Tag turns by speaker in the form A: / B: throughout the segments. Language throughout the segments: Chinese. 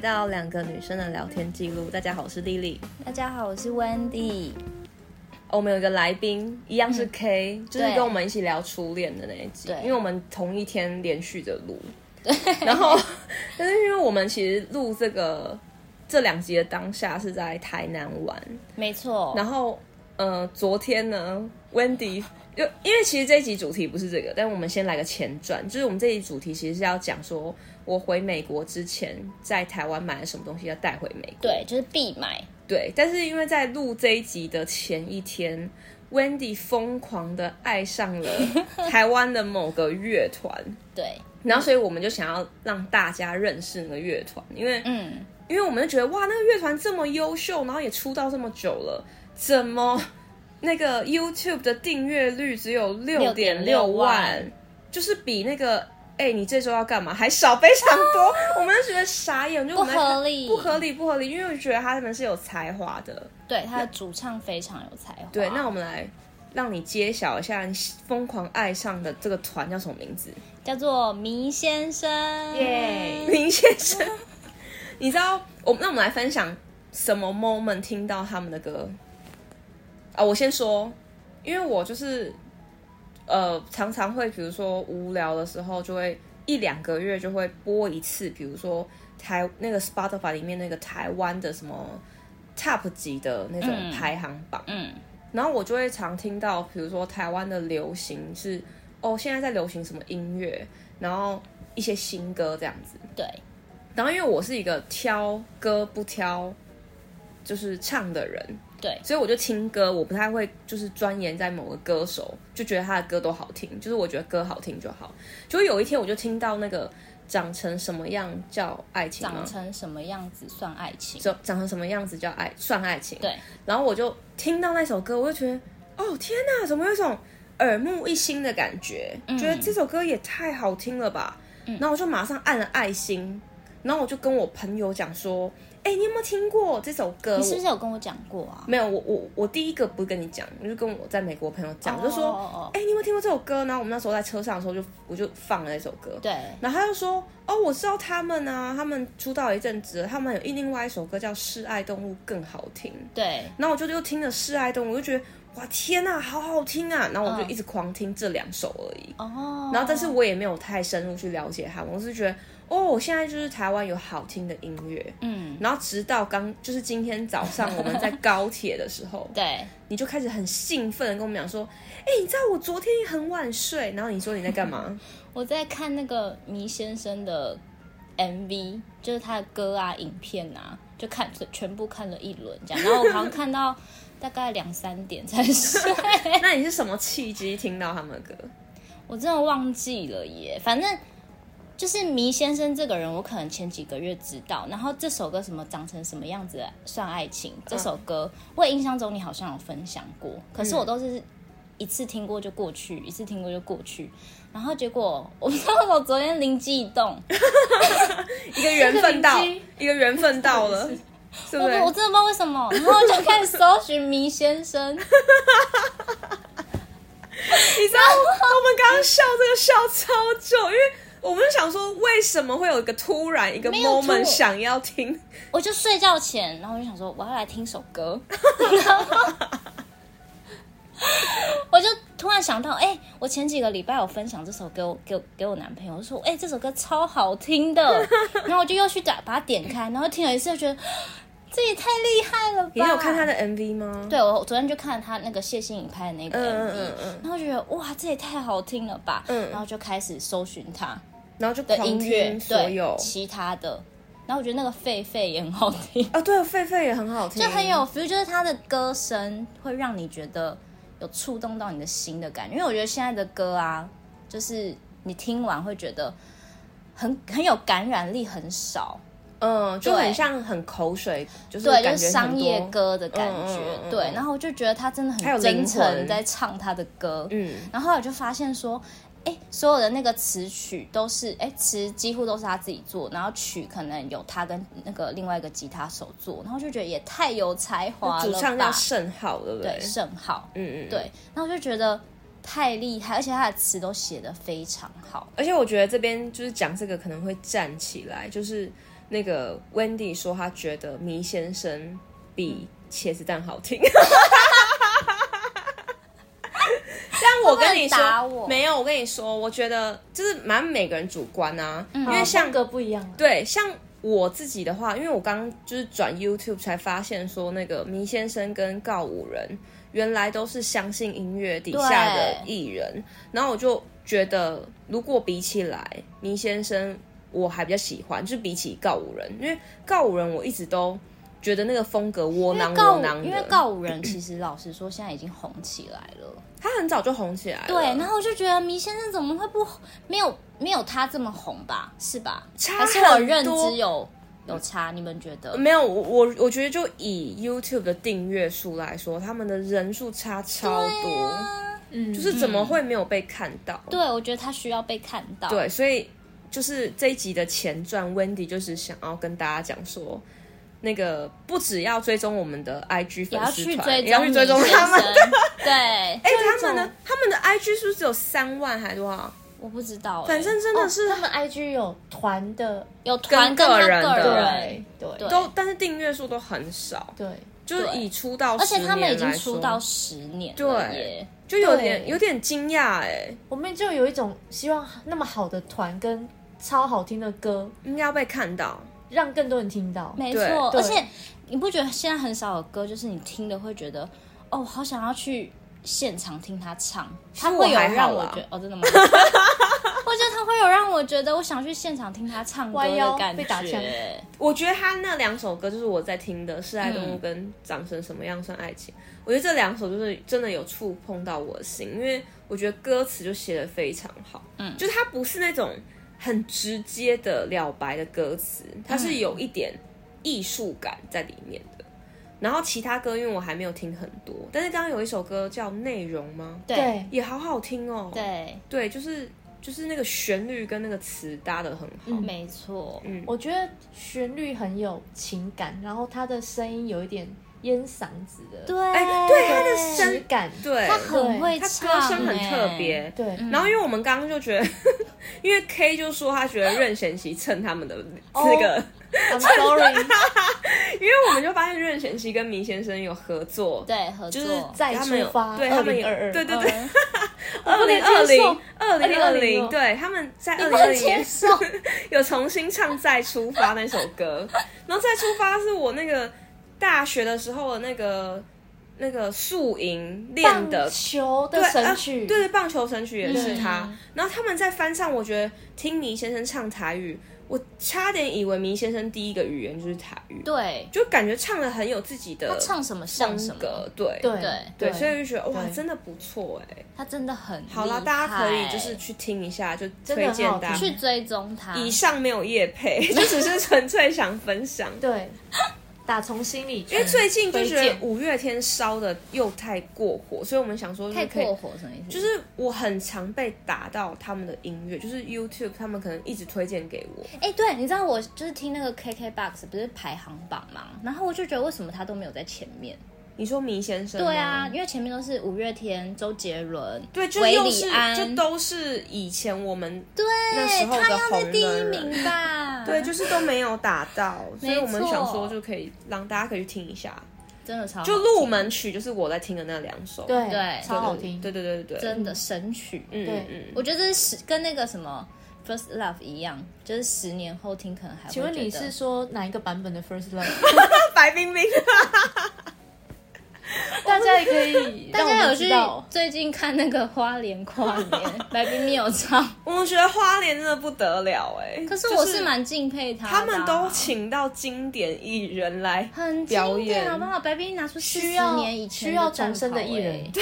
A: 到两个女生的聊天记录。大家好，我是丽丽。
B: 大家好，我是 Wendy。
A: 哦我们有一个来宾，一样是 K，、就是
B: 对
A: 跟我们一起聊初恋的那一集
B: 对，
A: 因为我们同一天连续的录。然后， 但是因为我们其实录这个这两集的当下是在台南玩，
B: 没错，
A: 然后呃，昨天呢，Wendy 就因为其实这一集主题不是这个，但我们先来个前传，就是我们这一集主题其实是要讲说我回美国之前在台湾买了什么东西要带回美国。
B: 对，就是必买。
A: 对，但是因为在录这一集的前一天，Wendy 疯狂的爱上了台湾的某个乐团，
B: 对，
A: 然后所以我们就想要让大家认识那个乐团，因为
B: 嗯，
A: 因为我们就觉得哇，那个乐团这么优秀，然后也出道这么久了，怎么那个 YouTube 的订阅率只有六点六万
B: 万，
A: 就是比那个哎、你这周要干嘛还少非常多，我们就觉得傻眼，就我们在看
B: 不合理
A: 不合理，不合理，因为我觉得他们是有才华的。
B: 对，他的主唱非常有才华。
A: 对，那我们来让你揭晓一下你疯狂爱上的这个团叫什么名字？
B: 叫做迷先生。
A: 耶，林先生，你知道我那我们来分享什么 moment 听到他们的歌啊？我先说，因为我就是呃常常会，比如说无聊的时候，就会一两个月就会播一次，比如说台那个 Spotify 里面那个台湾的什么 Top 级的那种
B: 嗯
A: 排行榜。
B: 嗯，
A: 然后我就会常听到，比如说台湾的流行是哦，现在在流行什么音乐，然后一些新歌这样子。
B: 对，
A: 然后因为我是一个挑歌不挑就是唱的人，
B: 对，
A: 所以我就听歌，我不太会就是钻研在某个歌手，就觉得他的歌都好听，就是我觉得歌好听就好。就有一天我就听到那个长成什么样叫爱情吗
B: 长？成什么样子算爱情？
A: 长长成什么样子叫爱算爱情？
B: 对，
A: 然后我就听到那首歌，我就觉得，哦天哪，怎么有一种耳目一新的感觉？
B: 嗯
A: 觉得这首歌也太好听了吧！然后我就马上按了爱心，然后我就跟我朋友讲说，哎、你有没有听过这首歌？
B: 你是不
A: 我
B: 是有跟我讲过啊？
A: 没有，呃我我我第一个不是跟你讲，我就跟我在美国朋友讲，我就说，
B: 哦哦哦
A: 哎、你有没有听过这首歌？然后我们那时候在车上的时候就我就放了那首歌，
B: 对，
A: 然后他就说：“哦，我知道他们啊，他们出道一阵子了，他们有一另外一首歌叫《示爱动物》更好听。”
B: 对，
A: 然后我就又听了《示爱动物》，我就觉得哇天呐、好好听啊！然后我就一直狂听这两首而已。
B: 嗯哦，
A: 然后，但是我也没有太深入去了解他们，我是觉得哦，现在就是台湾有好听的音乐。
B: 嗯，
A: 然后直到刚就是今天早上我们 在高铁的时候，
B: 对，
A: 你就开始很兴奋的跟我们讲说，哎、你知道我昨天很晚睡，然后你说你在干 嘛？
B: 我在看那个迷先生的 MV，就是他的歌啊、影片啊，就看全部看了一轮这样，然后我好像看到大概两三点才睡，
A: 那你是什么契机听到他们的歌？
B: 我真的忘记了耶。反正就是迷先生这个人，我可能前几个月知道，然后这首歌什么长成什么样子算爱情，这首
A: 嗯
B: 歌、我也印象中你好像有分享过，可是我都是一次听过就过去，一次听过就过去，然后结果我不知道为什么昨天灵机一动。
A: 一个缘分到
B: 这个邻，
A: 一个缘分到了，对不
B: 我
A: 对？
B: 哦我真的不知道为什么，然后我就开始搜寻迷先生，
A: 你知道我们刚刚笑这个笑超久，因为我们就想说为什么会有一个突然一个
B: 没有突
A: moment 想要听，
B: 我就睡觉前，然后我就想说我要来听首 歌，然后我就突然想到，哎、我前几个礼拜有分享这首歌我给我给我男朋友，我就说，哎、这首歌超好听的， 然后我就又去打把它点开，然后听了一次，就觉得嗯这也太厉害了吧！
A: 你有看他的 MV 吗？
B: 对，我昨天就看了他那个谢欣颖拍的那个 MV，、
A: 嗯嗯嗯
B: 然后觉得哇，这也太好听了吧！
A: 嗯
B: 然后就开始搜寻他，
A: 然后就
B: 的
A: 狂
B: 音乐，
A: 听所
B: 对
A: 有
B: 其他的。然后我觉得那个狒狒也很好听，
A: 啊，对，狒狒也很好听，
B: 就很有 feel，就是他的歌声会让你觉得有触动到你的心的感觉。因为我觉得现在的歌啊，就是你听完会觉得很很有感染力，很少，
A: 嗯，就
B: 对
A: 很像很口水，就是
B: 对，就
A: 感
B: 是
A: 觉
B: 商业
A: 很多，
B: 歌的感
A: 嗯
B: 觉。
A: 嗯嗯嗯
B: 对，然后我就觉得他真的
A: 还有
B: 很
A: 灵
B: 真
A: 魂
B: 诚在唱他的歌，
A: 嗯，
B: 然后我就发现说，哎，所有的那个词曲都是，哎，词几乎都是他自己做，然后曲可能有他跟那个另外一个吉他手做，然后就觉得也太有才华
A: 主
B: 了
A: 唱叫
B: 吧？
A: 盛浩，对不
B: 对，
A: 对？
B: 盛浩，
A: 嗯嗯，
B: 对，然后就觉得太厉害，而且他的词都写得非常好，
A: 而且我觉得这边就是讲这个可能会站起来，就是那个 Wendy 说，她觉得迷先生比茄子蛋好听。 但我跟你
B: 会不会很打
A: 说，
B: 我
A: 没有，我跟你说，我觉得就是蛮每个人主观啊，
B: 嗯
A: 因为像
B: 哦
C: 风格不一样，
A: 对，像我自己的话，因为我刚就是转 YouTube 才发现说，那个迷先生跟告五人原来都是相信音乐底下的艺人，然后我就觉得，如果比起来，迷先生我还比较喜欢，就是比起告五人，因为告五人我一直都觉得那个风格窝
B: 因
A: 囊
B: 为
A: 窝
B: 告
A: 囊的，
B: 因为告五人其实老实说现在已经红起来了，
A: 他很早就红起来了，
B: 对，然后我就觉得迷先生怎么会不没有没有他这么红吧？是吧？
A: 差
B: 还是我
A: 很
B: 认
A: 多嗯
B: 知有有差？你们觉得？
A: 没有，我我我觉得就以 YouTube 的订阅数来说，他们的人数差超多，
B: 啊
C: 嗯，
A: 就是怎么会没有被看到？
B: 对，我觉得他需要被看到。
A: 对，所以就是这一集的前传，Wendy 就是想要跟大家讲说，那个不只要追踪我们的 IG
B: 也
A: 粉
B: 要
A: 丝
B: 去
A: 团，
B: 追
A: 也要
B: 踪
A: 去追踪
B: 女
A: 他们。
B: 先生 对，
A: 哎、他们呢？他们的 IG 是不是只有三万还多少？
B: 我不知道欸、
A: 反正真的是、
C: 哦他们 IG 有团的，
B: 有团跟
A: 跟
B: 他
A: 个人的
B: 个人
C: 对，对
B: 对
A: 都，但是订阅数都很少，
C: 对，
A: 就是
B: 对
A: 以出道，
B: 而且他们已经出道，十年了耶，
A: 就有点
C: 对
A: 有点惊讶哎，
C: 我们就有一种希望那么好的团跟超好听的歌，
A: 应该要被看到。
C: 让更多人听到。
B: 没
A: 对
B: 错。
C: 对
B: 而且你不觉得现在很少有歌，就是你听的会觉得，哦，好想要去现场听他唱，他
A: 实我
B: 会有
A: 还好啊
B: 让我
A: 啦
B: 觉得，哦，真的吗？我 觉得他会有让我觉得，我想去现场听他唱歌
C: 弯腰
B: 的感
C: 被打枪
B: 觉。
A: 我觉得他那两首歌就是我在听的《是爱
B: 嗯
A: 动物》跟《长成什么样算爱情》我觉得这两首就是真的有触碰到我的心，因为我觉得歌词就写的非常好，嗯，就它不是那种很直接的了白的歌词，它是有一点艺术感在里面的。然后其他歌因为我还没有听很多，但是刚刚有一首歌叫《内容》吗？
B: 对
C: 对，
A: 也好好听哦，
B: 对，
A: 对，就是就是那个旋律跟那个词搭的很好，
C: 嗯
B: 没错。
C: 我觉得旋律很有情感，然后他的声音有一点烟嗓子的
B: 对，
A: 哎对他的声
C: 质感，
A: 对，
B: 他很会
A: 他
B: 唱、欸
A: 歌声很特别，
C: 对，
A: 然后因为我们刚刚就觉得，因为 K 就说他觉得任贤齐蹭他们的这个
C: I'm sorry，
A: 因为我们就发现任贤齐跟明先生有合作，
B: 对，合
A: 就
B: 作。
A: 是
C: 再
A: 他们有
C: 出发
A: 对他们有
C: 2022
A: 对对对，
B: 嗯
A: 二零
C: 我
A: 二
C: 不能接
A: 零
C: 受
A: 二零二零，
C: 2020
A: 对他们在二
B: 不
A: 零
B: 能
A: 二零
B: 接
A: 年
B: 受，
A: 有重新唱《再出发》那首歌，然后《再出发》是我那个大学的时候的那个那个宿营练的
C: 棒球的
A: 对
C: 神
A: 啊
C: 曲，
A: 对对，棒球神曲也是他。
B: 嗯
A: 然后他们在翻唱，我觉得听迷先生唱台语，我差点以为迷先生第一个语言就是台语，
B: 对，
A: 就感觉唱的很有自己
B: 他
A: 的
B: 唱什么像什
A: 风
B: 么
A: 格，，对
C: 对
B: 对
A: 对所以就觉得哇，
C: 对
A: 真的不错哎。
B: 他真的很
A: 好啦，
B: 厉
A: 大家可以
B: 害
A: 就是去听一下，就
C: 真的
A: 推荐
C: 很好
A: 大家
C: 听。
B: 去啊追踪他。
A: 以上没有夜配，就只是纯粹想分享。
C: 对，打从心里去，
A: 因为最近就觉
C: 推
A: 得
C: 荐
A: 五月天烧的又太过火，所以我们想说就是
B: 太
A: 可以
B: 过火什么意思？
A: 就
B: 就
A: 是我很常被打到他们的音乐，就是 YouTube 他们可能一直推荐给我，
B: 哎、对，你知道我就是听那个 KKBOX 不是排行榜嘛，然后我就觉得为什么他都没有在前面？
A: 你说迷先生吗
B: 对啊，，因为前面都是五月天、周杰伦、
A: 对，就
B: 韦
A: 又
B: 礼
A: 是
B: 安，
A: 就都是以前我们
B: 对，
A: 那时候的
B: 他要
A: 红
B: 在
A: 的
B: 第一
A: 人
B: 名吧？
A: 对，就是都没有打到，所以我们
B: 没错
A: 想说就可以让大家可以去听一下，
B: 真的超好
A: 就
B: 听
A: 入门曲就是我在听的那两首，
C: 对
B: 对
C: 超好听，
A: 对对对对对，
B: 真的神曲，
A: 嗯
B: 嗯
C: 对
A: 嗯
B: 我觉得这是十跟那个什么 First Love 一样，就是十年后听可能还会觉
C: 请
B: 得。
C: 问你是说哪一个版本的 First Love？
A: 嗯，白冰 冰，
C: 大家也可以
B: 大
C: 让我
B: 家有
C: 们
B: 去
C: 知道，
B: 最近看那个花莲跨 年，白冰冰有唱，
A: 我觉得花莲真的不得了哎、
B: 可是
A: 就
B: 我是蛮敬佩她的啊、
A: 他们都请到经典艺人来
B: 很
A: 表
B: 经典
A: 演
B: 好不好？白冰冰拿出四十
C: 需要
B: 年以前
C: 需要
B: 战
C: 重生
B: 袍
C: 的艺人
B: 欸，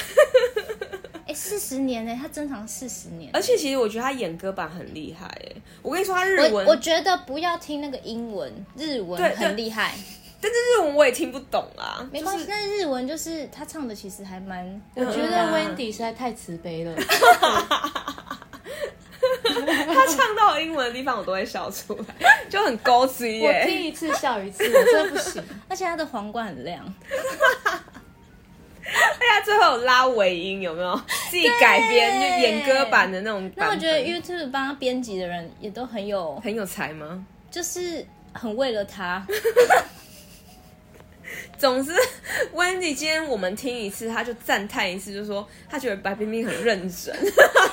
B: 哎，四十年呢、她珍藏四十年。
A: 而且其实我觉得他演歌版很厉害诶，我跟你说他日
B: 我
A: 文，
B: 我觉得不要听那个英文，日文
A: 对
B: 很厉害，
A: 但是日文我也听不懂啊，
B: 没关系。但是日文就是她唱的，其实还蛮
C: 我觉
A: 嗯
C: 得
A: 啊
C: Wendy 实在太慈悲了，
A: 他唱到英文的地方我都会笑出 来，就很高级
C: 我
A: 耶、
C: 听一次笑一次，我真的不 行。
B: 而且她的皇冠很亮，
A: 而且他最后有拉尾音，有没有？自己改编就演歌版的那种版
B: 那我
A: 本
B: 觉得 YouTube 帮她编辑的人也都很有，
A: 很有才吗？
B: 就是很为了他，
A: 总之，Wendy 今天我们听一次，他就赞叹一次，就说他觉得白冰冰很认真。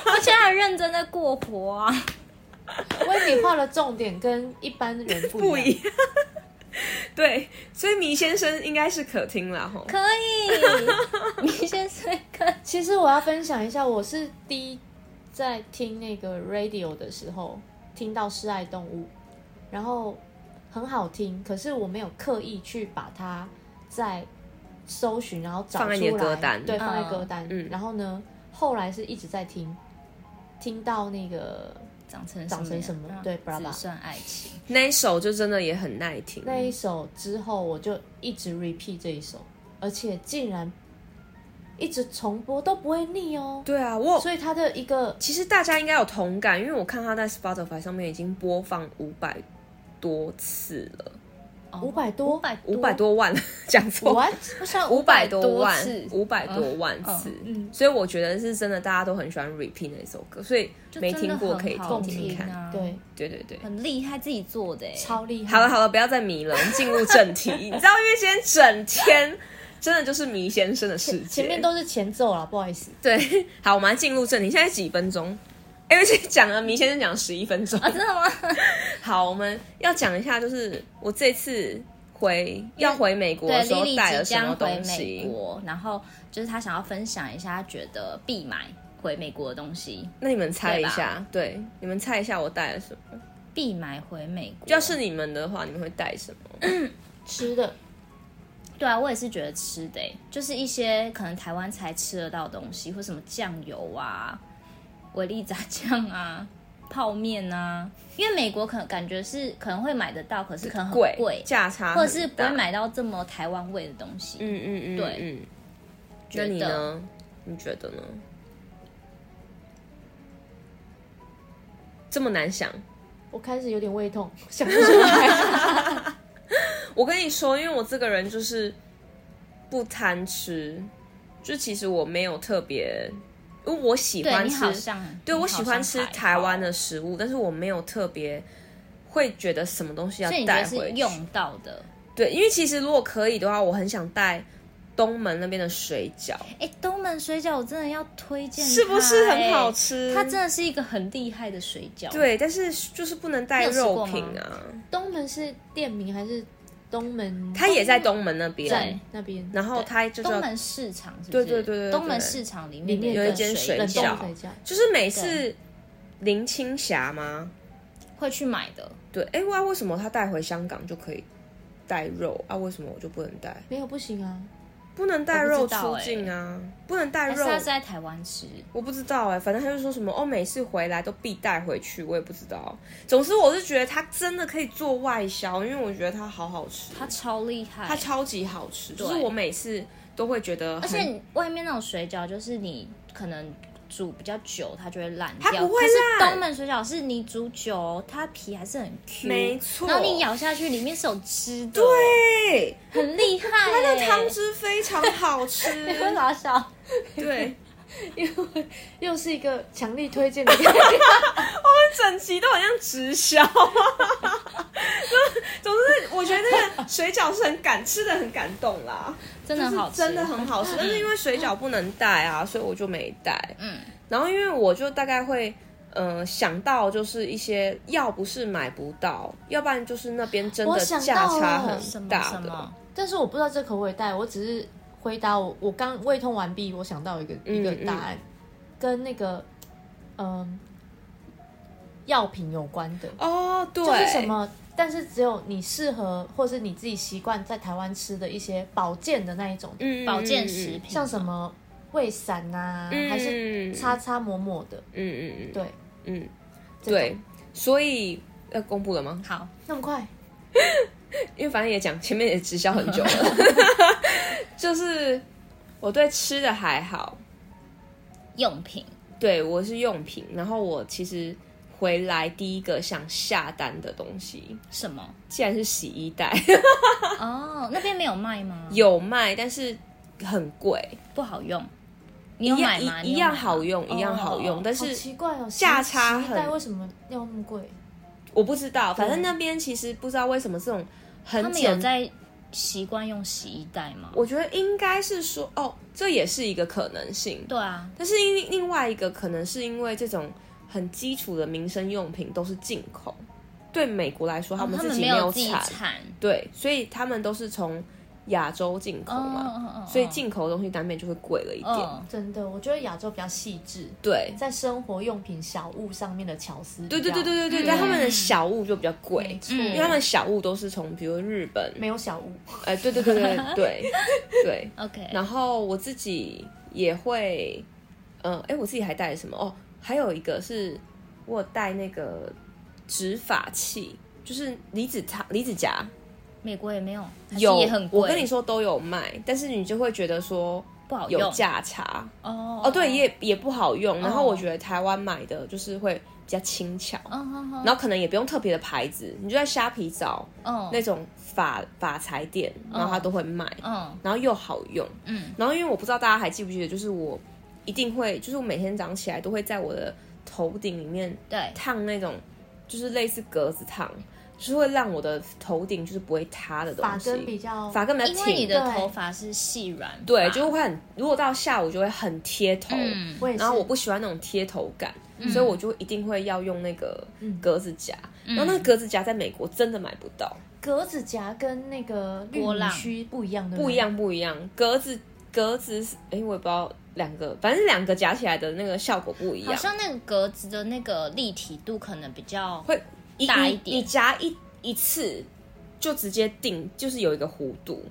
B: 而且他很认真的过活啊。
C: 温迪画的重点跟一般人 不
A: 不
C: 一
A: 一
C: 样，
A: 样。 对，所以迷先生应该是可听啦吼。
B: 可 以，米先生跟
C: 其实我要分享一下，我是第一在听那个 radio 的时候听到《示爱动物》，然后很好听，可是我没有刻意去把它在搜寻，然后找出
A: 放在
C: 来，
A: 你的歌单
C: 对，
A: 嗯
C: 放在歌单。
A: 嗯
C: 然后呢，后来是一直在听，听到那个
B: 长成
C: 长成什
B: 什
C: 么
B: 么样？
C: 对
B: 只
C: Brava
B: 算爱情。
A: 那一首就真的也很耐听，
C: 那一首之后，我就一直 repeat 这一首，而且竟然一直重播都不会腻哦。
A: 对啊，我
C: 所以它的一个
A: 其实大家应该有同感，因为我看他在 Spotify 上面已经播放五百多次了，
C: 500多
B: 五百
A: 五百，多万， 讲错，
C: what
B: 我想
A: 五百多
B: 多
A: 万
B: 次，哦嗯
A: 五百多万次，所以我觉得是真的，大家都很喜欢 repeat 那首歌，所以
B: 就
A: 没
B: 真的
A: 听过
B: 很
A: 可以
B: 好
A: 听听
B: 听
A: 看。
B: 啊，
C: 对，
A: 对对对，
B: 很厉害，自己做的哎，
C: 超厉害。
A: 好了好了，不要再迷了，我们进入正 题。你知道，因为今天整天真的就是迷先生的世界，
C: 前面都是前奏啦，不好意思。
A: 对。好，我们来进入正题。现在几分钟？哎、而且讲了迷先生讲十一分钟。
B: 啊，真的吗？
A: 好，我们要讲一下，就是我这次回要回美国的
B: 对，
A: 时候
B: 莉莉
A: 带了
B: 即
A: 什么
B: 将回
A: 东
B: 美
A: 西。
B: 国，然后就是她想要分享一下，她觉得必买回美国的东西，
A: 那你们猜一
B: 对
A: 下，对你们猜一下我带了什么？
B: 必买回美国。
A: 要是你们的话，你们会带什么？
C: 吃的
B: 对啊，我也是觉得吃的欸、就是一些可能台湾才吃得到的东西，或什么酱油啊、维力炸酱啊、 泡面啊，因为美国可能感觉是可能会买得到，可是可能很贵，
A: 价差很大，
B: 或者是不会买到这么台湾味的东西。
A: 嗯。嗯嗯嗯，
B: 对
A: 嗯。
B: 觉
A: 那
B: 得
A: 你呢？你觉得呢？这么难想？
C: 我开始有点胃痛， 想不出来。
A: 我跟你说，因为我这个人就是不贪吃，就其实我没有特别，因为我喜
B: 对
A: 欢
B: 你
A: 吃
B: 好，像，
A: 对
B: 你
A: 我
B: 好
A: 喜欢
B: 像
A: 吃
B: 还好
A: 台湾，的食物，但是我没有特别会觉得什么东西要
B: 所以你觉
A: 带
B: 得
A: 回
B: 是
A: 去。
B: 用到的？
A: 对，因为其实如果可以的话，我很想带东门那边的水饺，
B: 哎，东门水饺我真的要推荐它欸，
A: 是不是很好吃？
B: 哎它真的是一个很厉害的水饺。
A: 对，但是就是不能带
B: 你有吃
A: 肉
B: 过
A: 品
B: 吗
A: 啊。
C: 东门是店名还是东门？
A: 他也在东门那边
B: 对，
C: 那边
A: 然后他就
B: 东
A: 是
B: 门市场是不是？
A: 对对对对对
B: 东门市场里面
C: 里面
B: 的
C: 有一
A: 间
B: 水
A: 水
C: 冷冻
A: 饺
C: 水饺，
A: 就是每次林青霞吗？
B: 会去买的，
A: 对，哎、哇，为什么他带回香港就可以带肉啊？为什么我就不能带？
C: 没有不行啊。
A: 不能带肉
B: 我不知道哎
A: 出境啊，不能带
B: 还是
A: 肉。
B: 他是在台湾吃？
A: 我不知道哎、反正他就说什么哦，每次回来都必带回去，我也不知道。总之，我是觉得他真的可以做外销，因为我觉得它好好吃，
B: 他超厉害，
A: 它超级好吃，就是
B: 对
A: 我每次都会觉得很，
B: 而且你外面那种水饺，就是你可能煮比较久，它就会烂掉。
A: 它不会
B: 可是
A: 烂
B: 东门水饺是你煮久，它皮还是很 Q，
A: 没错
B: 然后你咬下去，里面是有汁的，，
A: 对，
B: 很厉害、欸。
A: 它的汤汁非常好吃，
B: 你会傻 笑。
A: 对。
C: 又是一个强力推荐的感觉。
A: 整集都好像直销。 总之，我觉得那个水饺是很感吃的，很感动啦，
B: 真的很好
A: 就
B: 吃，
A: 是真的很好吃。但是因为水饺不能带啊，所以我就没带。
B: 嗯，
A: 然后因为我就大概会。呃，想到就是一些，呃要不是买不到，要不然就是那边真
C: 我
A: 的
C: 想
A: 价
C: 到
A: 差
C: 了
B: 什
A: 很
B: 么
A: 大
B: 什
A: 的
B: 么。，
C: 但是我不知道这可不可以带，我只是回答我我刚胃痛完毕，我想到一个、一个答
A: 嗯
C: 案，跟那个嗯药品有关的。
A: 哦，对，
C: 就是什么，但是只有你适合或是你自己习惯在台湾吃的一些保健的那一种，
A: 嗯？嗯
B: 保健食品，
C: 像什么胃散呐、
A: 嗯
C: 啊还是擦擦抹抹的，
A: 嗯嗯嗯，
C: 对，
A: 嗯
C: 这种
A: 对，所以要公布了吗？
B: 好。
C: 那么快，
A: 因为反正也讲前面也直销很久了，就是我对吃的还好，
B: 用品，
A: 对我是用品，然后我其实回来第一个想下单的东西，
B: 什么？
A: 竟然是洗衣袋，
B: 哦，那边没有卖吗？
A: 有卖，但是很贵，
B: 不好用。你有
A: 一
B: 买
A: 样
B: 吗？
A: 一一
B: 你有买
A: 样
B: 吗
A: 好用，一样好用，
B: 哦
A: 但
C: 好
A: 是
C: 奇怪哦，
A: 价差
C: 洗洗衣袋
A: 很
C: 为什么要那么贵？
A: 我不知道，反正那边其实不知道为什么这种
B: 他
A: 很
B: 们有
A: 简单。
B: 在习惯用洗衣袋吗？
A: 我觉得应该是说，哦，这也是一个可能性。
B: 对啊，
A: 但是另另外一个可能是因为这种很基础的民生用品都是进口，对美国来说
B: 哦
A: 们
B: 他
A: 自
B: 们
A: 己
B: 没
A: 没有
B: 自己
A: 产，
B: 产，
A: 对，所以他们都是从亚洲进口嘛，
B: 哦
A: 所以进口的东西难免就会贵了一点。
B: 嗯，
C: 真的，我觉得亚洲比较细致，
A: 对，
C: 在生活用品小物上面的巧思比较。
A: 对对对对嗯对对，
B: 嗯
A: 但他们的小物就比较贵
C: 没。错，
A: 因为他们小物都是从比如日本，
C: 没有小物，
A: 哎、对对对对对 对对，
B: OK，
A: 然后我自己也会，呃，哎，我自己还带了什么？哦，还有一个是我有带那个植发器，就是离子烫、离子夹，
B: 美国也没有，还是
A: 有
B: 也很贵，
A: 我跟你说都有卖，但是你就会觉得说
B: 不好
A: 有
B: 用
A: 价差。
B: 哦
A: 哦，对，，也也不好用。然后
B: 哦
A: 我觉得台湾买的就是会比较轻巧，
B: 嗯嗯
A: 然后可能也不用特别的牌子，你就在虾皮找
B: 嗯
A: 那种发发财店，然后它都会卖，
B: 嗯
A: 然后又好用。
B: 嗯
A: 然后因为我不知道大家还记不记得，就是我一定会，就是我每天早上起来都会在我的头顶里面
B: 对，
A: 烫那种，就是类似格子烫，就是会让我的头顶就是不会塌的东
C: 发
A: 西，
C: 根比较
A: 发根比较
B: 因为你
A: 挺，
B: 的
C: 对
B: 头发是细软发，
A: 对，就会很，如果到下午就会很贴头。
B: 嗯
C: 我也是，嗯
A: 然后我不喜欢那种贴头感，所以我就一定会要用那个格子夹。
C: 嗯
A: 然后那个格子夹在美国真的买不到，
C: 格子夹跟那个绿
B: 波
C: 米
B: 浪
C: 须不一样的，
A: 不一。样不一样。格子格子是，哎，我也不知道两个，反正两个夹起来的那个效果不一
B: 好
A: 样，
B: 像那个格子的那个立体度可能比较
A: 会一
B: 大
A: 你
B: 一点
A: 你夹一一次就直接定，就是有一个弧度，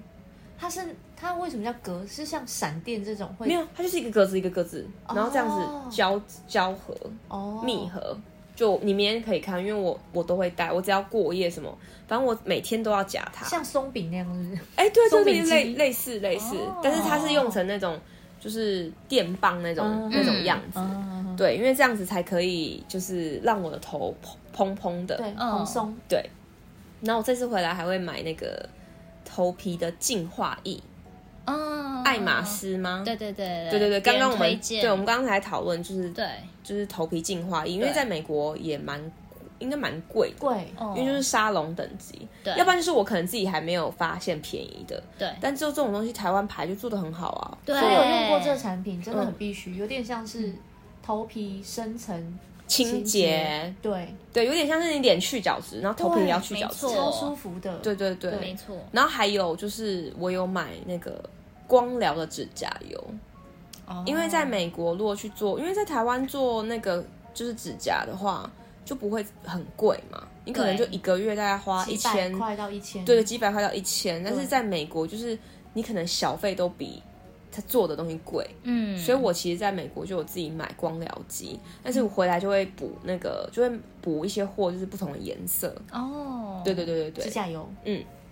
C: 它是它为什么叫格？是像闪电这种会
A: 没有，它就是一个格子一个格子，然后这样
C: 哦
A: 子交交合
C: 哦
A: 密合。就你明天可以看，因为我我都会带，我只要过夜什么，反正我每天都要夹它。
C: 像松饼那样子，
A: 哎、对对
C: 松
A: 对，
C: 饼
A: 类
C: 机
A: 类似类似，
B: 哦
A: 但是它是用成那种就是电棒那种、
C: 嗯
A: 那种样子、
C: 嗯，
A: 对，因为这样子才可以就是让我的头蓬蓬蓬的。
C: 对，
B: 嗯
C: 蓬松，
A: 对，然后我这次回来还会买那个头皮的净化液，
B: 嗯
A: 爱马，仕吗？
B: 对对对
A: 对对对，
B: 别
A: 刚
B: 人
A: 刚我
B: 推
A: 们
B: 荐
A: 对我们刚才讨论就是
B: 对
A: 就是头皮净化液，因为
B: 对
A: 在美国也蛮应该蛮贵的。
C: 贵，
B: 哦
A: 因为就是沙龙等级，
B: 对
A: 要不然就是我可能自己还没有发现便宜的，
B: 对
A: 但就这种东西，台湾牌就做的很好啊。
B: 对，
C: 所以我用过这个产品，真的很必须，有点像是头皮深层
A: 嗯清洁，
C: 对，
A: 对，有点像是你脸去角质，然后头皮也要去角质
B: 对没。错
C: 超舒服的，
A: 对对对，
B: 没错，
A: 然后还有就是，我有买那个光疗的指甲油，
B: 哦
A: 因为在美国如果去做，因为在台湾做那个就是指甲的话，就不会很贵嘛，你可能就
B: 对
A: 一个月大概花一
C: 几百
A: 千，
C: 块到一千，
A: 对，几百块到一千，但是
C: 对
A: 在美国就是你可能小费都比他做的东西贵，
B: 嗯，
A: 所以我其实在美国就有自己买光疗机，但是我回来就会补那个，就会补一些货，就是不同的颜色。
B: 哦，
A: 对对对对对，
C: 指甲油，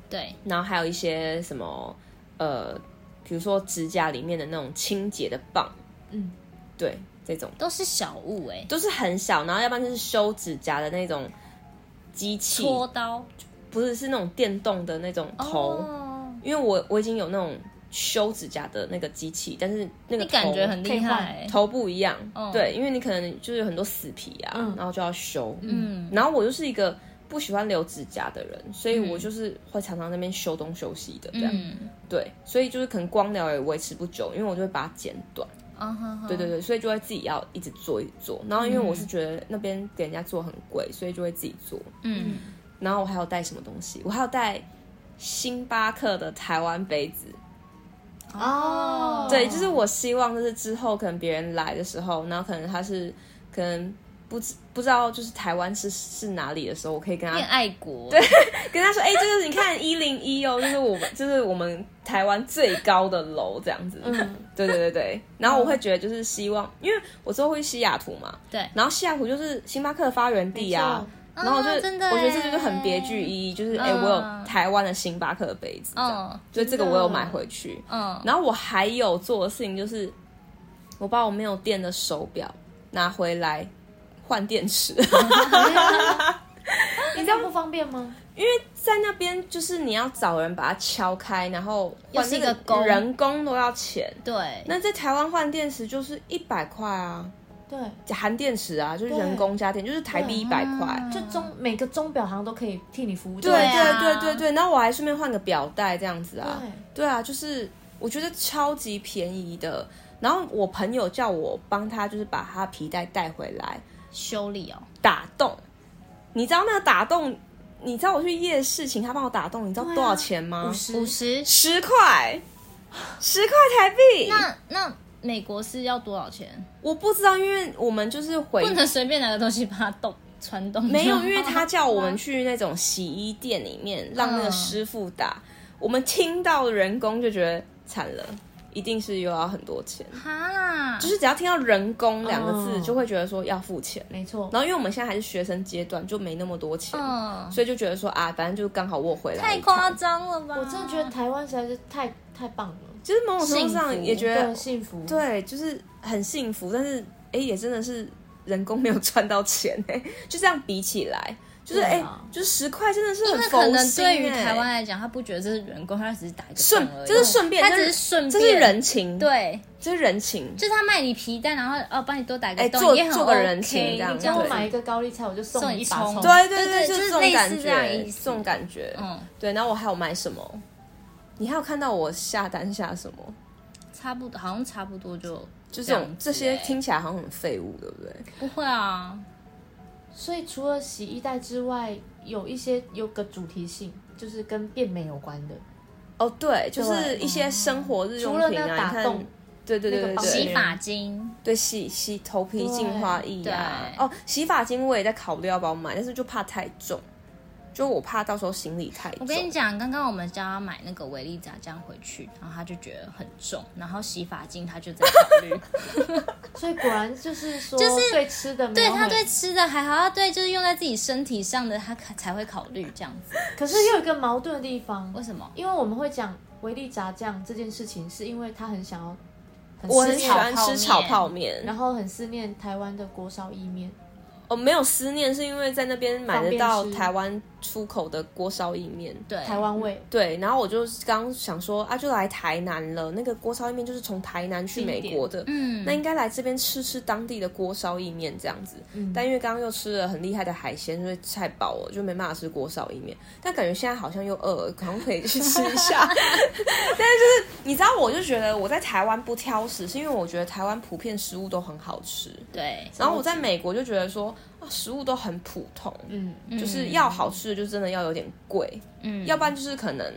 B: 对，
A: 然后还有一些什么呃，比如说指甲里面的那种清洁的棒，
C: 嗯，
A: 对，这种
B: 都是小物哎，
A: 都是很小，然后要不然就是修指甲的那种机器，
B: 戳刀
A: 不是是那种电动的那种头，
B: 哦
A: 因为我我已经有那种修指甲的那个机器，但是那个
B: 你感觉
A: 头
B: 很
C: 可
B: 厉
C: 以换
B: 害欸，
A: 头不一样，
B: 嗯
A: 对，因为你可能就是有很多死皮啊，
C: 嗯
A: 然后就要修，
B: 嗯，
A: 然后我就是一个不喜欢留指甲的人，所以我就是会常常在那边修东修西的这样，
B: 嗯，
A: 对，所以就是可能光疗也维持不久，因为我就会把它剪短，
B: 啊哈哈，
A: 对对对，所以就会自己要一直做一直做，然后因为我是觉得那边给人家做很贵，所以就会自己做，
B: 嗯，
A: 然后我还有带什么东西，我还有带星巴克的台湾杯子，
C: 哦，
A: 对，就是我希望就是之后可能别人来的时候，然后可能他是可能不知不知道就是台湾是是哪里的时候，我可以跟他
B: 变爱国，对，
A: 跟他说，哎、这就是你看一零一哦，就是我们就是我们台湾最高的楼这样子。
C: 嗯，
A: 对对对对。然后我会觉得就是希望，因为我之后会去西雅图嘛，
B: 嗯对
A: 然后西雅图就是星巴克的发源地啊
C: 没。
A: 然后我就、
B: 啊真的
A: 我觉得这
B: 耶
A: 就是很别具意义，就是哎、
B: 嗯
A: 我有台湾的星巴克的杯子，这样，
B: 嗯
A: 所以这个我有买回去。
B: 嗯，
A: 然后我还有做的事情就是，我把我没有电的手表拿回来换电池，
C: 你这样不方便吗？
A: 在那边就是你要找人把它敲开，然后
B: 又
A: 换那
B: 是一个工
A: 人工都要钱。
B: 对，
A: 那在台湾换电池就是一百块啊，
C: 对，
A: 含电池啊，就是人工家电，就是台币一百块。
B: 啊
C: 就钟每个钟表行都可以替你服务。
A: 对
B: 对啊
A: 对对对对，然后我还顺便换个表带这样子啊。
C: 对
A: 对啊，就是我觉得超级便宜的。然后我朋友叫我帮他，就是把他皮带带回来
B: 修理哦，
A: 打洞。你知道那个打洞？你知道我去夜市请他帮我打洞，你知道多少钱吗？
C: 五十
B: 啊五十。
A: 十块，十块台币。
B: 那那美国是要多少钱？
A: 我不知道，因为我们就是回
B: 不能随便拿个东西把它动传动。
A: 没有，因为他叫我们去那种洗衣店里面让那个师傅打，
B: 嗯
A: 我们听到人工就觉得惨了，一定是又要很多钱。
B: 哈，
A: 就是只要听到“人工”两个字，
B: 嗯
C: 哦
A: 就会觉得说要付钱。
C: 没错，
A: 然后因为我们现在还是学生阶段，就没那么多钱，
B: 嗯，
A: 所以就觉得说啊，反正就刚好我回来
B: 太
A: 一趟
B: 夸，张了吧？
C: 我真的觉得台湾实在是太太棒了，
A: 就是某种程度
B: 幸
A: 上
B: 福
A: 也觉
C: 对，
A: 得
C: 幸福，
A: 对，就是很幸福，但是哎、诶也真的是人工没有赚到钱哎、诶就这样比起来，就是哎、
C: 对
A: 诶
C: 啊
A: 就是十块真的是很
B: 那
A: 佛
B: 可能
A: 心、
B: 对于
A: 诶
B: 台湾来讲，他不觉得这是人工，他只是打一个
A: 顺
B: 洞而，已
A: 这是顺便，
B: 他
A: 这
B: 只是顺便，
A: 这是人情，，
B: 对，
A: 这是人情，
B: 就是他卖你皮带，然后哦帮你多打一个
A: 哎
B: 洞，
A: 做
B: 也很
A: 做个人情
B: OK，
A: 这样
B: 你
C: 让
B: 样
C: 我
A: 对
B: 子
C: 买一个高丽菜，我就送你一把
B: 啊送你葱
C: 葱。
A: 对对就
B: 对对就是是
A: 这种感
B: 类
A: 觉，
B: 似这样意思
A: 这种感觉，
B: 嗯，
A: 对。然后我还有买什么？你还有看到我下单下什么？
B: 差不多，好像差不多就
A: 就这
B: 这样
A: 种
B: 子
A: 这些
B: 欸
A: 听起来好像很废物，对不对？
B: 不会啊，
C: 所以除了洗衣袋之外，有一些有个主题性，就是跟变美有关的，
A: 哦，对，就是
C: 对
A: 一些生活日用
C: 除了
A: 品
C: 那
A: 啊，你
C: 打
A: 看
C: 洞，
A: 对对对
C: 那
A: 对对，
C: 个保
B: 洗
C: 健
B: 发精，
A: 对洗洗头皮净化液啊，
B: 对对
A: 哦，洗发精我也在考虑要不要买，但是就怕太重，就我怕到时候行李太重。
B: 我跟你讲，刚刚我们叫他买那个维力炸酱回去，然后他就觉得很重，然后洗发精他就在 考虑，
C: 所以果然就是说，
B: 就是
C: 对吃的没
B: 对
C: 有
B: 他
C: 很
B: 对吃的还好，他对就是用在自己身体上的他可才会考虑这样子。
C: 可是又有一个矛盾的地方，
B: 为什么？
C: 因为我们会讲维力炸酱这件事情，是因为他很想要很
A: 我
C: 思
A: 很喜
C: 念，
A: 欢吃炒
B: 炒
A: 泡
B: 泡
A: 面，
C: 然后很思念台湾的锅烧意面。
A: 哦，没有思念，是因为在那边买
C: 方
A: 得
C: 便
A: 到
C: 吃
A: 台湾出口的锅烧意面。
B: 对，
C: 台湾味，
A: 对，然后我就刚想说啊，就来台南了，那个锅烧意面就是从台南去美国的，
B: 嗯，
A: 那应该来这边吃吃当地的锅烧意面这样子。
C: 嗯
A: 但因为刚刚又吃了很厉害的海鲜，所以太饱了，就没办法吃锅烧意面。但感觉现在好像又饿了，可能可以去吃一 下。但是就是你知道，我就觉得我在台湾不挑食，是因为我觉得台湾普遍食物都很好吃。
B: 对，
A: 然后我在美国就觉得说啊，食物都很普通，
C: 嗯，
A: 就是要好吃的就真的要有点贵，
B: 嗯，
A: 要不然就是可能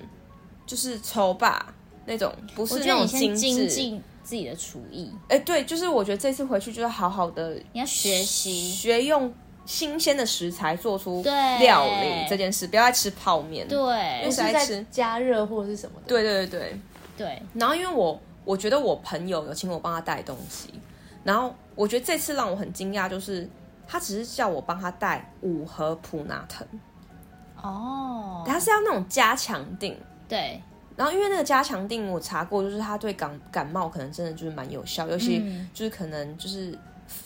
A: 就是抽吧那种，不
B: 我
A: 是
B: 觉
A: 那种
B: 得你
A: 精
B: 先精呃
A: 致。
B: 进自己的厨艺，
A: 哎、对，就是我觉得这次回去就是好好的
B: 你要学习。
A: 学用新鲜的食材做出
B: 对
A: 料理这件事，不要再吃泡面。对
C: 不
B: 对
C: 是
A: 是爱
C: 在
A: 吃
C: 加热或者是什么的。，
A: 对对对。
B: 对，
A: 然后因为我我觉得我朋友有请我帮他带东西，然后我觉得这次让我很惊讶，就是他只是叫我帮他带五盒普拿藤，
B: 哦，
A: 他是要那种加强定。
B: 对，
A: 然后因为那个加强定我查过，就是它对感感冒可能真的就是蛮有效，尤其
B: 嗯
A: 就是可能就是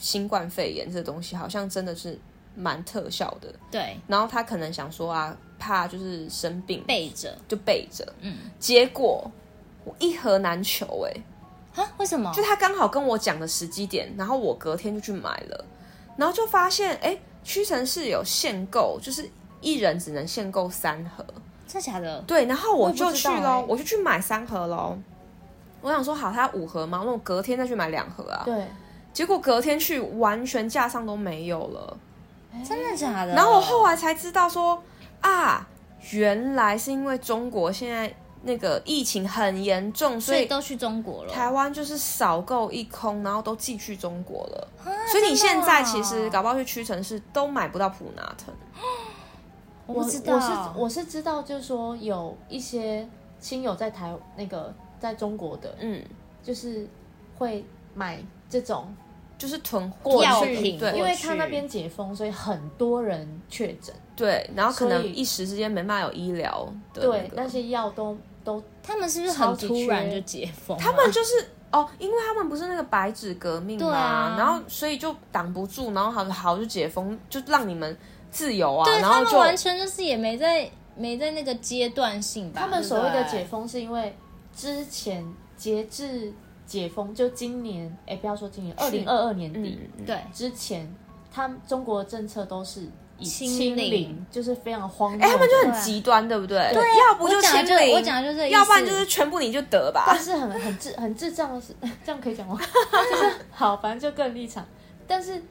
A: 新冠肺炎这东西好像真的是蛮特效的。
B: 对，
A: 然后他可能想说啊，怕就是生病
B: 备着，
A: 就备着，
B: 嗯，
A: 结果我一盒难求哎、
B: 啊，为什么
A: 就？他刚好跟我讲的时机点，然后我隔天就去买了，然后就发现哎，屈臣氏有限购，就是一人只能限购三盒。
B: 真假的？
A: 对，然后
C: 我
A: 我
C: 也不
A: 就
C: 知
A: 去
C: 道
A: 喽
C: 欸，
A: 我就去买三盒喽。我想说好，它五盒嘛，那我隔天再去买两盒啊。
C: 对，
A: 结果隔天去完全架上都没有了，
B: 真
C: 哎
B: 的假的？
A: 然后我后来才知道说啊，原来是因为中国现在那个疫情很严重，所
B: 所以
A: 以
B: 都去中国了，
A: 台湾就是扫购一空，然后都寄去中国了。
B: 啊
A: 所以你
B: 真的
A: 现在其
B: 哦
A: 实搞不好去屈臣氏都买不到普拿疼。
B: 我
C: 我
B: 不知道，
C: 我是我是知道，就是说有一些亲友在台那个在中国的，
A: 嗯，
C: 就是会买这种
A: 就是囤
C: 过
B: 药
C: 去，
B: 品
A: 对
C: 因为
B: 过去
C: 他那边解封，所以很多人确诊，
A: 对，然后可能
C: 所以
A: 一时之间没办法有医疗的、那
C: 对
A: 个，
C: 那些药都都
B: 他们是不是
C: 超
B: 很
C: 级
B: 突然就
C: 缺
B: 解封啊、
A: 他们就是哦，因为他们不是那个白纸革命嘛，
B: 对啊
A: 然后所以就挡不住，然后好好就解封，就让你们自由啊，
B: 对
A: 然
B: 他
A: 后
B: 们
A: 就
B: 完全就是也没在没在那个阶段性吧。
C: 他们
B: 对不
C: 所谓的
B: 对
C: 解封是因为之前截至解封，就今年，哎，不要说今年，二零二二年
A: 嗯
C: 底、
B: 嗯对，
C: 之前，他们中国的政策都是以
B: 清
C: 清
B: 零
C: 零，就是非常荒谬的。
A: 哎、他们就
B: 对
A: 很
B: 啊
A: 极端，对不对？对
B: 啊
A: 要不
B: 我讲
A: 清
B: 的就是
A: 零，
B: 我讲的就是这意
A: 要不然
B: 思
A: 就是全部你就得吧
C: 但。是很很智很智障的是，这样可以 讲吗？就是好，反正就个人立场。但是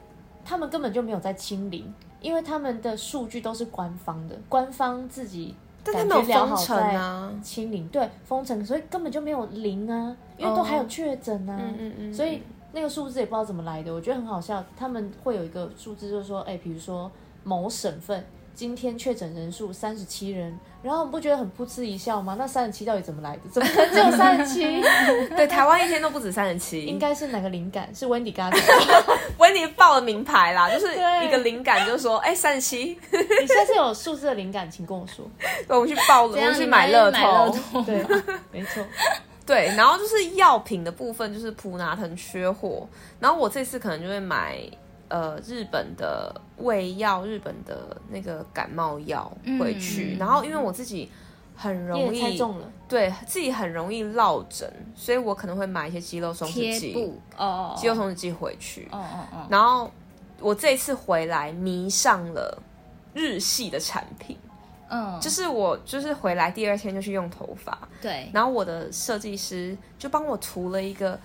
C: 他们根本就没有在清零，因为他们的数据都是官方的，官方自己
A: 但他
C: 感
A: 们
C: 觉
A: 有
C: 良好
A: 封城啊
C: 在清零，对封城，所以根本就没有零啊，因为都
A: 哦
C: 还有确诊啊，
A: 嗯嗯嗯
C: 所以那个数字也不知道怎么来的，我觉得很好笑。他们会有一个数字，就是说，哎，比如说某省份。今天确诊人数三十七人，然后你不觉得很噗嗤一笑吗？那三十七到底怎么来的？怎么可能 只有三十七？
A: 对，台湾一天都不止三十七，
C: 应该是哪个灵感？是 Wendy 跟他讲的。
A: 维尼报了名牌啦，就是
C: 对
A: 一个灵感，就说哎三十七，
C: 你下次有数字的灵感，请跟我说。
A: 我们去报，我
B: 这样
A: 们去
B: 你
A: 买
B: 们
A: 乐
B: 买乐
A: 透。
B: 透，
C: 对啊，没错。
A: 对，然后就是药品的部分，就是普拿疼缺货，然后我这次可能就会买呃日本的胃药、日本的那个感冒药回去，
B: 嗯
A: 然后因为我自己很
C: 你
A: 容
C: 也猜
A: 易啊
C: 中了，
A: 对自己很容易落枕，所以我可能会买一些肌肉松弛
B: 贴
A: 剂、
B: 布哦，
A: 肌肉松弛剂回去。
B: 哦哦哦，
A: 然后我这次回来迷上了日系的产品，
B: 嗯，
A: 就是是我就是回来第二天就去用头发，
B: 对，
A: 然后我的设计师就帮我涂了一个